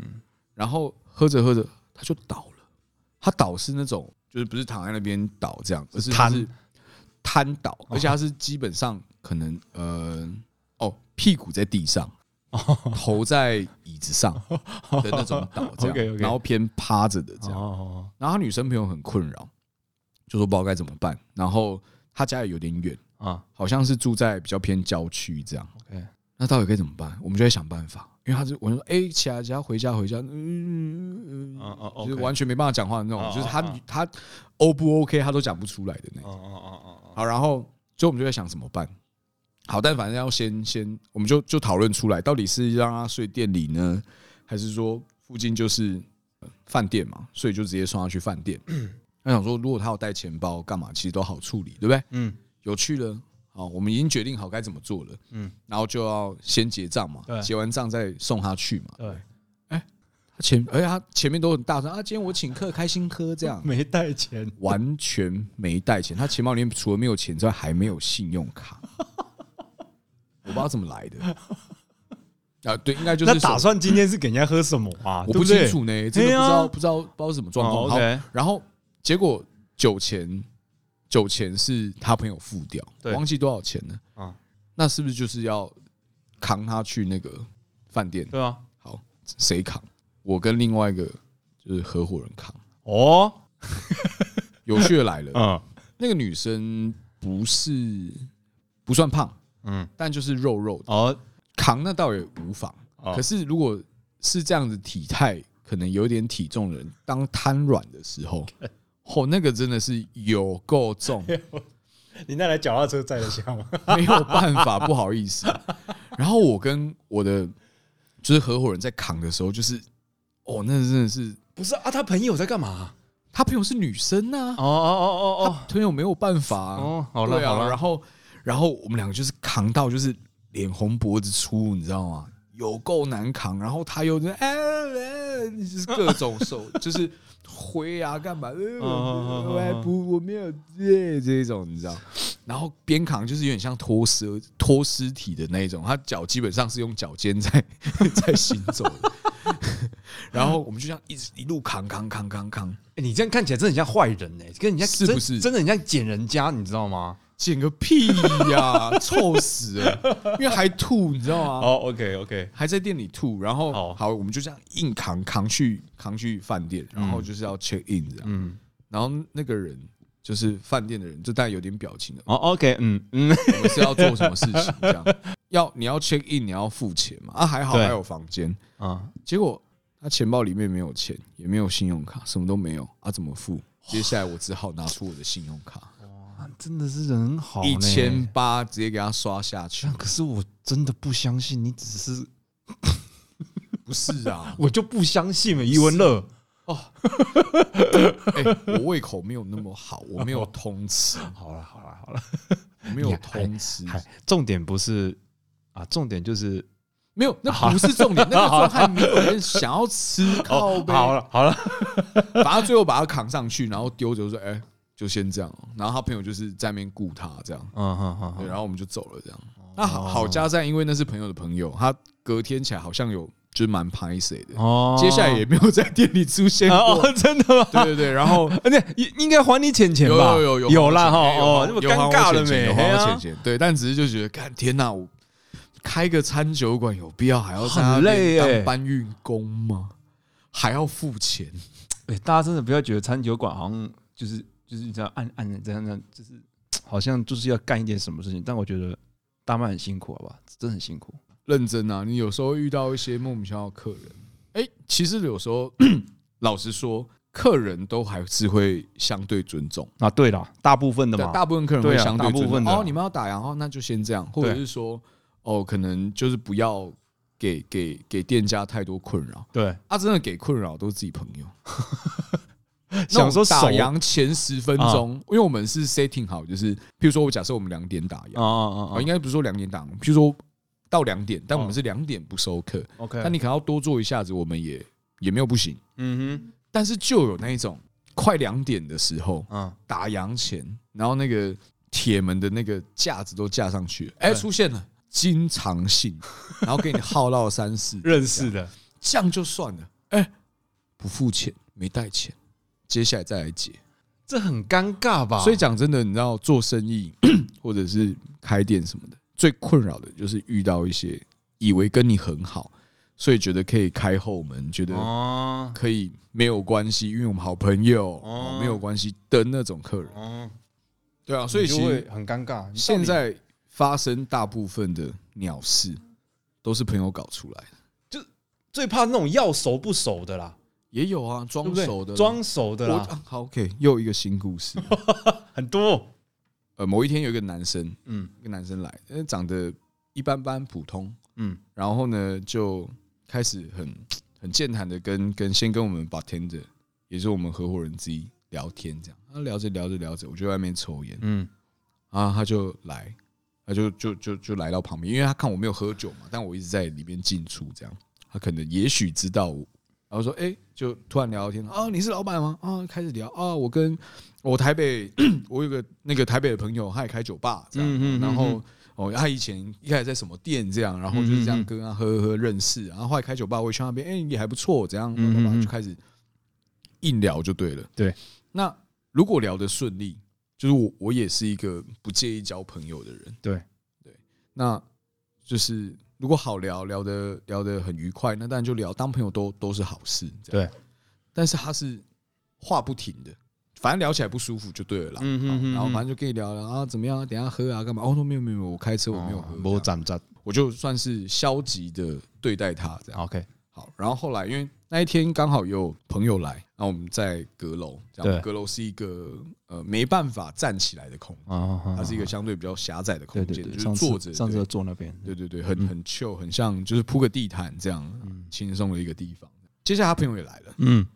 然后喝着喝着她就倒了，她倒是那种就是不是躺在那边倒这样，而是她
瘫哦
是瘫倒，而且她是基本上可能呃哦屁股在地上。
哦
头在椅子上的那种倒，这 样，
OK，OK
然后偏趴着的这样。
哦，
然后他女生朋友很困扰，就说不知道该怎么办。然后他家也有点远，
啊
好像是住在比较偏郊区这样。
，OK，
那到底该怎么办？我们就在想办法，因为他就我就说，哎，起来，起来，回家，回家，嗯嗯嗯
啊啊
嗯，
，OK，
就是完全没办法讲话的那种
哦，
就是他
哦哦
他 O 不 OK，他都讲不出来的那种
哦。哦哦哦
好，然后所以我们就在想怎么办。好，但反正要先先，我们就就讨论出来，到底是让他睡店里呢，还是说附近就是呃饭店嘛，所以就直接送他去饭 店。他想说，如果他有带钱包干嘛，其实都好处理，对不对？
嗯，
有趣了。好，我们已经决定好该怎么做了。嗯
嗯，
然后就要先结账嘛，
对
结完账再送他去嘛。
对，，
他前而且他前面都很大声啊，今天我请客，开心喝这样
没带钱，
完全没带钱，他钱包里面除了没有钱之外，还没有信用卡。 我不知道怎么来的啊，对，应该就是
那打
手
算今天是给人家喝什么啊？
我
对
不
对
清楚呢，真的不
对
知
啊
道不知道不知道是什么状
哦
况。好，
，OK
然后结果酒钱酒钱是他朋友付掉，
对
忘记多少钱了
啊
那是不是就是要扛他去那个饭店？
对啊，
好，谁扛？我跟另外一个就是合伙人扛。
哦，
有趣的 来了，
嗯
那个女生不是不算胖，
嗯，
但就是肉肉的，
哦
扛那倒也无妨。
哦
可是如果是这样子体态，可能有点体重的人，当瘫软的 时候，哦，那个真的是有够重，
你那台脚踏车载得下吗？
没有办法，不好意思。然后我跟我的就是合伙人在扛的时候，就是哦，那真的是
不是啊，他朋友在干嘛？
他朋友是女生啊呐、
哦哦哦
朋友没有办法、啊、
哦哦，好了
对啊
好
然
了，
后然后我们两个就是扛到就是脸红脖子粗，你知道吗？有够难扛，然后他又在哎哎，就是各种 手就是挥啊干嘛？呃
哦
我还不我没有这这种你知道？然后边扛就是有点像拖尸拖尸体的那一种，他脚基本上是用脚尖在 在行走的。 然后我们就这样一直一路扛扛扛扛扛，
欸你这样看起来真的很像坏人呢，跟人家
是不
真
是
真的很像捡人家，你知道吗？
剪个屁呀，臭死了！因为还吐，你知道吗？
哦，OK 哦 OK，
还在店里吐，然后
好
好，我们就这样硬扛扛去扛去饭店，然后就是要 check in 这样。
嗯，
然后那个人就是饭店的人，就带有点表情的，
哦，OK，嗯嗯，
我们是要做什么事情？这样 要你要 check in，你要付钱嘛？啊，还好
对
还有房间。
啊，
结果他钱包里面没有钱，也没有信用卡，什么都没有，啊，怎么付？接下来我只好拿出我的信用卡，
啊真的是人很好呢，
一千八直接给他刷下去
但。可是我真的不相信，你只是
不是啊，
我就不相信了，余文乐
哎、我胃口没有那么好，我没有通吃，
好了好了好了，
我没有通吃，
嗨，重点不是啊，重点就是
没有，那不是重点，那个状态没有人想要吃，靠
哦，
呗，
好了好了，
把他最后把他扛上去，然后丢着说，哎、就先这样哦。然后他朋友就是在那边顾他这样，
嗯哼哼
对，
哼，
然后我们就走了这样。
哦
那好好加在，因为那是朋友的朋友，他隔天起来好像有就是蛮拍谁的，
哦
接下来也没有在店里出现
哦，
过。
哦真的吗？哦
对对对，然后
而且应应该还你钱钱
有
吧？
有有有
有啦
还
哈
我钱
哦，那
有
么
有还
尴尬
我
了没？
钱有还
嘿
我
啊
钱钱，对，但只是就觉得，干天哪，我开个餐酒馆有必要还要在那
很累
边
耶
当搬运工吗？还要付钱？
哎，大家真的不要觉得餐酒馆好像就是就是这样暗暗的这样这样，就是好像就是要干一点什么事情，但我觉得大麦很辛苦，好吧，真的很辛苦。
认真啊，你有时候遇到一些莫名其妙的客人，哎、其实有时候老实说，客人都还是会相对尊重。
啊，对了，大部分的
对，
嘛，
大部分客人
对
会
啊
相对
大部
尊重
分的
哦，你们要打烊哦，那就先这样，或者
对
是说哦，可能就是不要给给给店家太多困扰。
对，
啊，真的给困扰都是自己朋友。那
想
种
说啊
打
手
烊前十分钟，因为我们是 setting 好，就是譬如说我假设我们两点打烊，
啊啊
哦，
啊
应该不是说两点打烊，譬如说到两点，但我们
哦
是两点不收客，
，OK，
但你可能要多做一下子，我们也也没有不行。
嗯
但是就有那一种快两点的时候，
哼，啊，
打烊前，然后那个铁门的那个架子都架上去了，哎、
对，
出现了经常性，然后给你耗到三四
认识的，
这样就算了，哎、不付钱，没带钱，接下来再来结。
这很尴尬吧？
所以讲真的，你知道做生意 或者是开店什么的，最困扰的就是遇到一些以为跟你很好，所以觉得可以开后门，觉得
哦
可以没有关系，因为我们好朋友，
哦
哦、没有关系的那种客人。
哦，
对啊，所以
你
其
就
实
会很尴尬。你
现
到底
在发生大部分的鸟事，都是朋友搞出来的，
最怕那种要熟不熟的啦，
也有啊，
对
装
不
熟
对？
的，
装熟的
我
啦，
啊好，OK，又一个新故事。
很多。
呃，某一天有一个男生，
嗯
一个男生来，呃长得一般般，普通，
嗯
然后呢就开始很很健谈的跟跟先跟我们 bartender，也是我们合伙人之一聊天，这样，他聊着聊着聊着，我就在外面抽烟，
嗯，
啊，他就来，他就就就就来到旁边，因为他看我没有喝酒嘛，但我一直在里面进出，这样，他可能也许知道我，然后说，哎、就突然聊到天，啊，你是老板吗？啊，开始聊，啊，我跟我台北，我有个那个台北的朋友，他也开酒吧，这样，
嗯嗯嗯
然后。哦，他以前一开始在什么店这样，然后就是这
嗯
样跟他喝喝喝认识，然后后来开酒吧，我也去那边，哎、也还不错，怎样，
嗯嗯嗯
就开始硬聊就对了。
对，
那如果聊得顺利，就是我我也是一个不介意交朋友的人，
对
对，那就是如果好聊聊得聊得很愉快，那当然就聊当朋友都都是好事，这样
对。
但是他是话不停的，反正聊起来不舒服就对了啦。
嗯哼
嗯
哼
然后反正就跟你聊聊啊，怎么样啊？等一下喝啊，干嘛？哦，没有没有没有，我开车我
哦
没有喝，这样
站站
我就算是消极的对待他这样。
，OK，
好，然后后来因为那一天刚好有朋友来，然后我们在阁楼，这样
对
阁楼是一个呃没办法站起来的空间，
啊，
它是一
个
个相对比较狭窄的空
对
间，
对对，
就
上
是
次
坐着，
上次坐那边，
对对对，很很 chill，很像就是铺个地毯这样
嗯
轻松的一个地方。接下来他朋友也来了，
嗯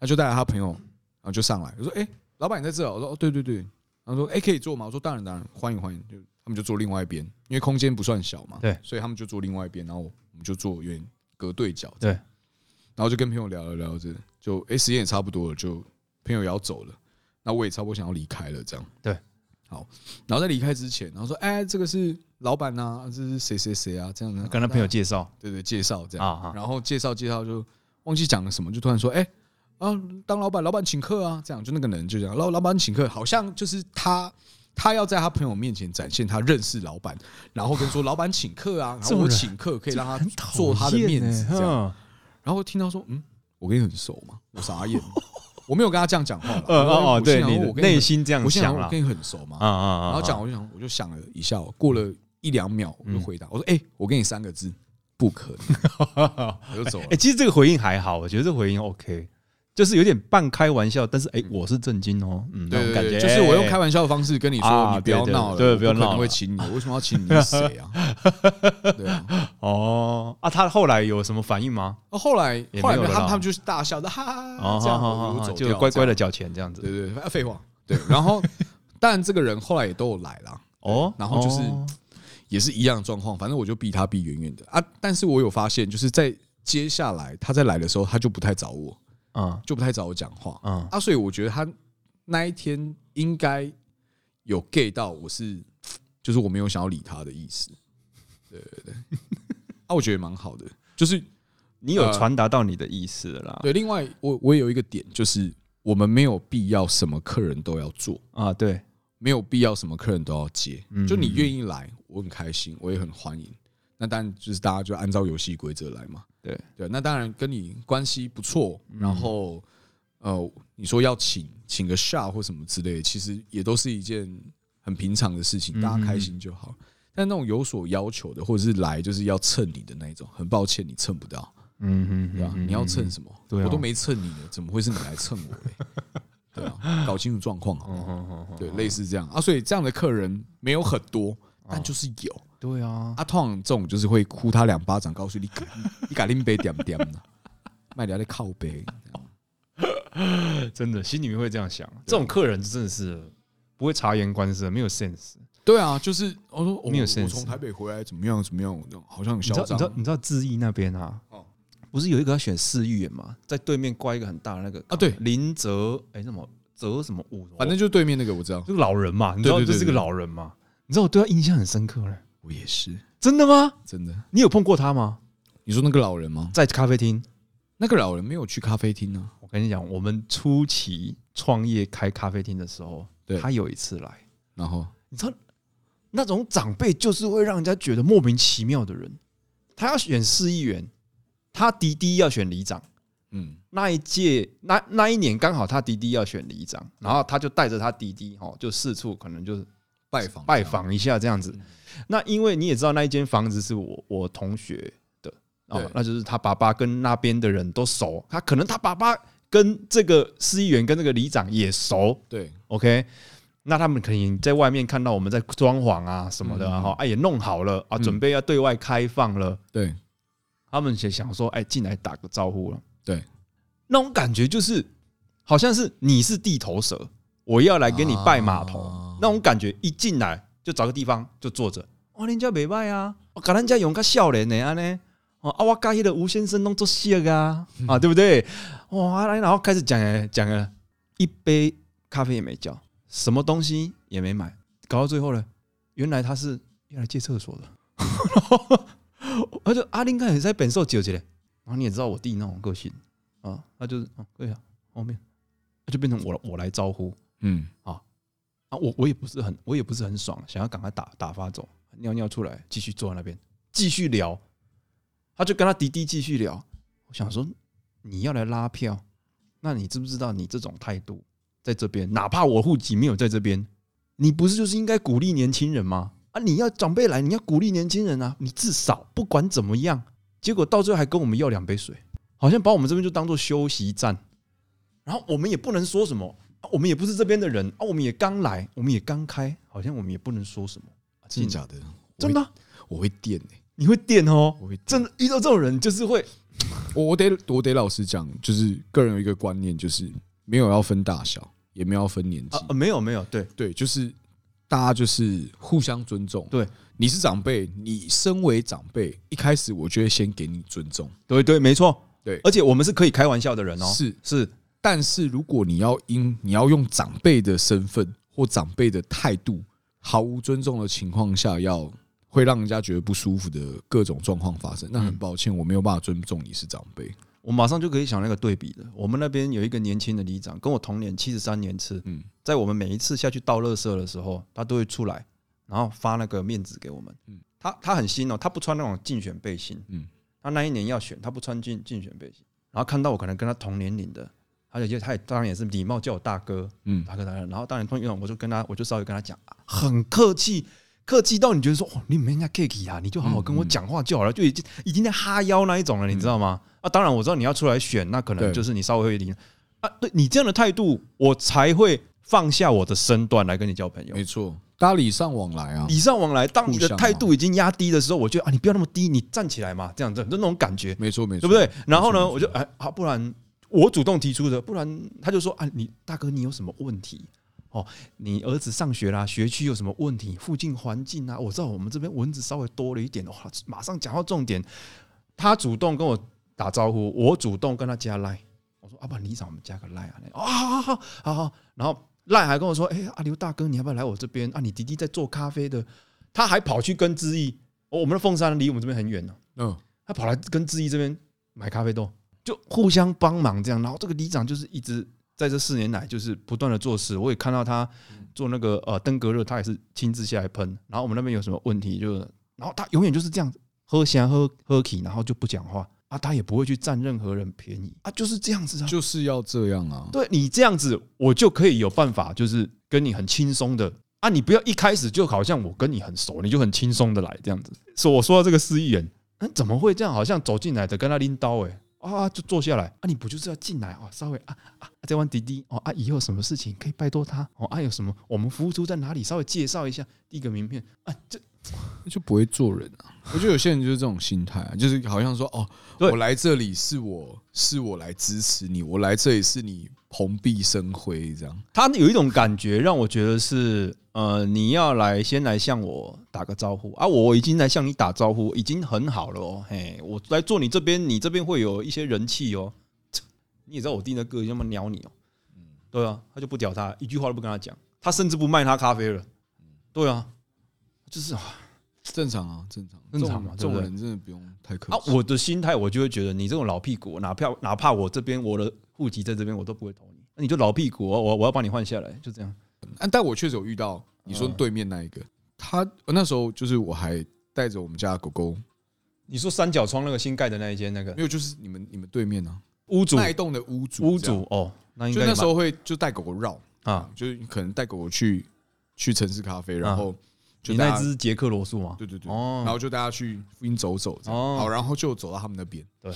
他就带来他朋友，然后就上来，我说：“哎、老板你在这哦？”我说：“哦，对对对。”然后说：“哎、可以坐吗？”我说：“当然当然，欢迎欢迎。就”他们就坐另外一边，因为空间不算小嘛，
对
所以他们就坐另外一边，然后我们就坐有点隔对角，
对，
然后就跟朋友聊了聊着，就哎、时间也差不多了，就朋友也要走了，那我也差不多想要离开了，这样
对，
好，然后在离开之前，然后说：“哎、这个是老板呐、这是谁谁谁啊？”这样的，
嗯跟他朋友介绍
对对介绍这样
啊，啊，
然后介绍介绍就忘记讲了什么，就突然说：“哎、啊，当老板，老板请客啊！”这样就那个人就讲：“老老板请客。”好像就是他他要在他朋友面前展现他认识老板，然后跟说老板请 客啊，然
这种
后我
人
请客可以让他
很讨
做他的面子
厌
这样。
嗯，
然后听到说，嗯，我跟你很熟吗？我傻眼，我没有跟他这样讲话啦。
呃 哦
我
哦，
就
对，
我心想
你
说
的
我跟
内
很
心这样
我心想
想
说
了
我跟你很熟
啊啊
吗？
啊！
然后讲，
啊，嗯
我就想，我就想了一下，过了一两秒，我就回答，我说，哎，我给你三个字，不可能， 我就走了
哎，。其实这个回应还好，我觉得这个回应 OK，就是有点半开玩笑，但是哎，我是震惊哦，嗯，那种
对嗯对
感觉
对，就是我用
哎
开玩笑的方式跟你说，
啊
你不要闹了，
对对对不要
我可能
闹了
会请你，我为什么要 请你？你是谁啊？对啊。
哦啊，他后来有什么反应吗？
哦后来
也没有
后来没
了
有他
啦
们他们就是大笑的哈哈哈
哦，
哈，这样
好好
我
好
走
就
掉
乖乖的
这
缴钱这样
样
子。
对对啊对，废话，对。然后，但这个人后来也都有来啦，
哦，
然后就是
哦
也是一样的状况，反正我就避他避远远的啊。但是我有发现，就是在接下来他在来的时候，他就不太找我，
嗯
就不太找我讲话
嗯
啊，所以我觉得他那一天应该有 get 到我是，就是我没有想要理他的意思。对对 对，啊，我觉得蛮好的，就是
你有
呃
传达到你的意思了啦。
对，另外我我也有一个点，就是我们没有必要什么客人都要做，
啊，对，
没有必要什么客人都要接。
嗯
就你愿意来，我很开心，我也很欢迎。那当然就是大家就按照游戏规则来嘛。
对
对，那当然跟你关系不错，
嗯
然后呃，你说要请请个下或什么之类的，其实也都是一件很平常的事情，
嗯
大家开心就好。但那种有所要求的，或者是来就是要蹭你的那一种，很抱歉你蹭不到。
嗯
对啊，你要蹭什么？
对啊
我都没蹭你呢，怎么会是你来蹭我嘞？对啊，搞清楚状况
嗯
好不好？
么？
对，类似这样啊，所以这样的客人没有很多，
哦
但就是有
对啊，
啊。通常这种就是会哭他两巴掌，告诉你你你敢拎杯点点 呢，卖掉的靠杯。
真的心里面会这样想。这种客人真的是不会察言观色，没有 sense。
对啊，就是我说我
没有
我
sense
从台北回来怎么样怎么样，好像很
你知
嚣
道，你
张
知。道，你知道志毅那边啊，不是有一个要选市议员嘛，在对面挂一个很大的那个
啊对
林泽，哎，什么泽什么武，
反正就对面那个我知道，
这个老人嘛，你知道
对对
这
对
是个
对
老人嘛，你知道我对他印象很深刻嘞。
我也是
真的吗？
真的。
你有碰过他吗？
你说那个老人吗？
在咖啡厅？
那个老人没有去咖啡厅啊，
我跟你讲，我们初期创业开咖啡厅的时候
对，
他有一次来，
然后
你知道那种长辈就是会让人家觉得莫名其妙的人。他要选市议员，他弟弟要选里长。
嗯，
那一届那那一年刚好他弟弟要选里长，然后他就带着他弟弟哦，就四处可能就是
拜访
拜访一下这样子。那因为你也知道那一间房子是我我同学的哦
对，
那就是他爸爸跟那边的人都熟，他可能他爸爸跟这个市议员跟这个里长也熟
对，
，OK。那他们可能在外面看到我们在装潢啊什么的啊哈、哎、也弄好了啊，
嗯
准备要对外开放了，
对
他们也想说哎进来打个招呼了。
对，
那种感觉就是好像是你是地头蛇，我要来给你拜码头、
啊
那种感觉。一进来就找个地方就坐着，哇，人家没拜啊，我感人家用个笑脸的安呢。哦啊，我跟迄个吴先生弄做谢啊，
嗯
啊，对不对？哇，啊然后开始讲诶讲诶，一杯咖啡也没叫，什么东西也没买，搞到最后呢，原来他是要来借厕所的。而且阿林看也在本受纠结嘞，然后你也知道我弟那种个性啊，他就是哦对啊，后面那就变成我了我来招呼
嗯，
啊，我我也不是很我也不是很爽，想要赶快打打发走，尿尿出来继续坐在那边继续聊，他就跟他弟弟继续聊，我想说你要来拉票，那你知不知道你这种态度在这边，哪怕我户籍没有在这边，你不是就是应该鼓励年轻人吗？啊，你要长辈来，你要鼓励年轻人啊！你至少不管怎么样，结果到最后还跟我们要两杯水，好像把我们这边就当做休息站，然后我们也不能说什么，啊我们也不是这边的人啊，我们也刚来，我们也刚开，好像我们也不能说什么。啊
真的假的？
真的啊、
嗯我会电欸
你会电哦
我会，电
真的遇到这种人就是会
我我得我得老实讲，就是个人有一个观念，就是没有要分大小，也没有要分年纪
啊，啊，没有没有，对
对，就是大家就是互相尊重。
对，
你是长辈，你身为长辈，一开始我就会先给你尊重。
对对，没错，
对
而且我们是可以开玩笑的人哦，
是
是，
但是如果你要因你要用长辈的身份或长辈的态度，毫无尊重的情况下，要
嗯
会让人家觉得不舒服的各种状况发生，那很抱歉，我没有办法尊重你是长辈。
我马上就可以想那个对比了。我们那边有一个年轻的里长，跟我同年，七十三年次，
嗯
在我们每一次下去倒垃圾的时候，他都会出来，然后发那个面子给我们。
嗯
他他很新哦，他不穿那种竞选背心。
嗯
他那一年要选，他不穿竞竞选背心，然后看到我可能跟他同年龄的，而且就他也当然也是礼貌叫我大哥，
嗯，
大哥大哥。然后当然通常我就跟他，我就稍微跟他讲，啊很客气，客气到你觉得说，哦，你没人家 k i k 啊，你就好好跟我讲话就好了，就已经已经在哈腰那一种了，你知道吗？啊，当然我知道你要出来选，那可能
嗯对
就是你稍微会一点啊，对你这样的态度，我才会放下我的身段来跟你交朋友。
没错，搭礼尚往来啊，
礼尚往来，当你的
互相啊嘛
态度已经压低的时候，我觉得啊，你不要那么低，你站起来嘛，这样子就那种感觉。
没错没
对
错，
不对？然后呢，我就哎，好，不然我主动提出的，不然他就说啊，你大哥，你有什么问题？哦，你儿子上学啦，学区有什么问题？附近环境啊，我知道我们这边蚊子稍微多了一点，哇，哦马上讲到重点。他主动跟我打招呼，我主动跟他加赖。我说阿爸，不然里长我们加个赖啊，哦，好好好好好。然后赖还跟我说，哎、阿、刘大哥，你要不要来我这边啊？你弟弟在做咖啡的，他还跑去跟知意，哦，我们的凤山离我们这边很远呢、
嗯，
他跑来跟志毅这边买咖啡豆，就互相帮忙这样。然后这个里长就是一直在这四年来就是不断的做事，我也看到他做那个呃登革热，他也是亲自下来喷。然后我们那边有什么问题，就然后他永远就是这样子喝香喝喝起，然后就不讲话啊，他也不会去占任何人便宜啊，就是这样子啊。
就是要这样啊，
对你这样子，我就可以有办法，就是跟你很轻松的啊，你不要一开始就好像我跟你很熟，你就很轻松的来这样子。所以我说到这个司议员，嗯，怎么会这样？好像走进来的跟他拎刀哎、啊，就坐下来啊，你不就是要进来啊？稍微啊啊，这玩滴滴哦啊，以后有什么事情可以拜托他哦啊，有什么我们服务处在哪里？稍微介绍一下，递个名片啊，这
就不会做人啊。我觉得有些人就是这种心态啊，就是好像说哦，
对
我来这里是我是我来支持你，我来这里是你蓬荜生辉这样。
他有一种感觉，让我觉得是呃，你要来先来向我打个招呼啊，我已经来向你打招呼，已经很好了哦，嘿，我来坐你这边，你这边会有一些人气哦。你也知道我弟那个要么鸟你哦，对啊，他就不屌他，一句话都不跟他讲，他甚至不卖他咖啡了，对啊，就是啊，
正常啊，正常，
正常嘛
这
对
种
不对
这种人真的不用太客
啊
气。
我的心态我就会觉得你这种老屁股，哪怕哪怕我这边我的户籍在这边，我都不会投你，那你就老屁股哦，我我要把你换下来，就这样。
啊但我确实有遇到你
嗯
说对面那一个，他我那时候就是我还带着我们家的狗狗，
你说三角窗那个新盖的那一间那个
没有就是你们你们对面啊，
屋主
那一栋的屋主，
屋主，哦，那应
就
该
那时候会就带狗狗绕，
蛮啊，
就是可能带狗狗去去城市咖啡，然后就
嗯你
大
那
家
只捷克罗素嘛，
对对对，
哦
然后就大家去附近走走这样，
哦
好，然后就走到他们那边，
对，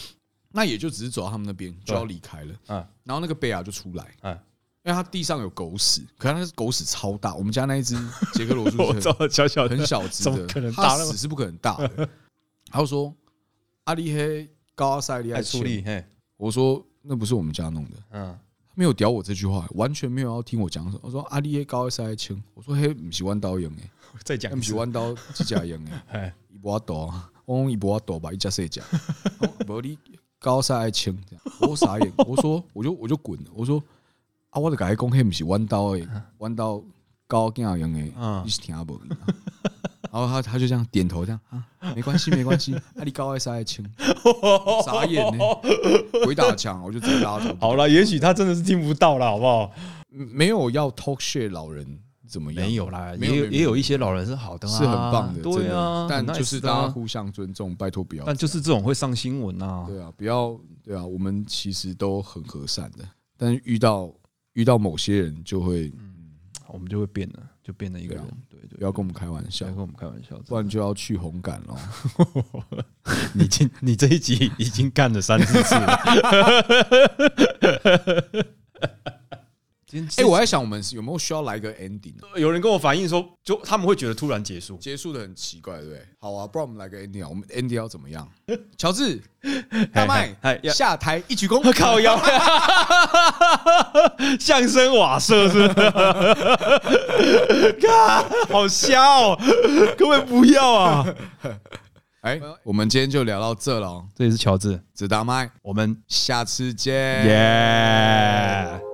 那也就只是走到他们那边就要离开了，
嗯
然后那个贝尔就出来，
嗯
因为它地上有狗屎，可是它是狗屎超大，我们家那一只杰克 罗素
我
是
知道小小
很
的
很小只
怎么
的，
可能大
它
那么
屎是不可能大的，他就说阿里黑高阿塞利
爱
爱
出
切
力，嘿，
我说那不是我们家弄的，
嗯，
没有屌我这句话，完全没有要听我讲什么。我说阿里耶高塞青，我说嘿，不是弯刀用诶，
再讲一
不是
次，
弯刀几家用诶，
哎，
一波多啊，我讲一波多吧，一家谁讲？无你高塞青，这样我傻眼，我说我就我就滚了，我说啊，我就甲伊讲，嘿，不是弯刀诶，
啊
弯刀高囝用诶
嗯，
你是听无？然后他他就这样点头，这样啊，没关系没关系，啊，你高塞青，傻眼呢、鬼打墙，我就直接拉 走。
好了，也许他真的是听不到了，好不好？
没有要 talk shit 老人怎么样，
没有啦，
没有
也有
没有
也有一些老人是好的啊，
是很棒的，
对啊，
真的但
很
就是
nice 的啊
大家互相尊重，拜托不要，
但就是这种会上新闻啊，
对啊，不要，对啊，我们其实都很和善的，但是遇到遇到某些人就会
我们就会变了，就变了一个人，对对，
不要跟我们开玩
不
笑
要，跟我们开玩笑，
啊不然就要去红感 咯。
你今你这一集已经干了三四次 了。今
哎，
天
我在想我们有没有需要来个 ending？啊
有人跟我反映说，就他们会觉得突然结束。
结束的很奇怪，对不对？好啊，不然我们来个 ending 啊，我们 ending 要怎么样？乔治， 大麦
嘿嘿要
下台一鞠躬，
靠腰，相声瓦舍是不是？ 看，好瞎哦！各位不要啊！
哎，我们今天就聊到这了哦，
这里是乔治，
子大麦，
我们
下次见。
耶。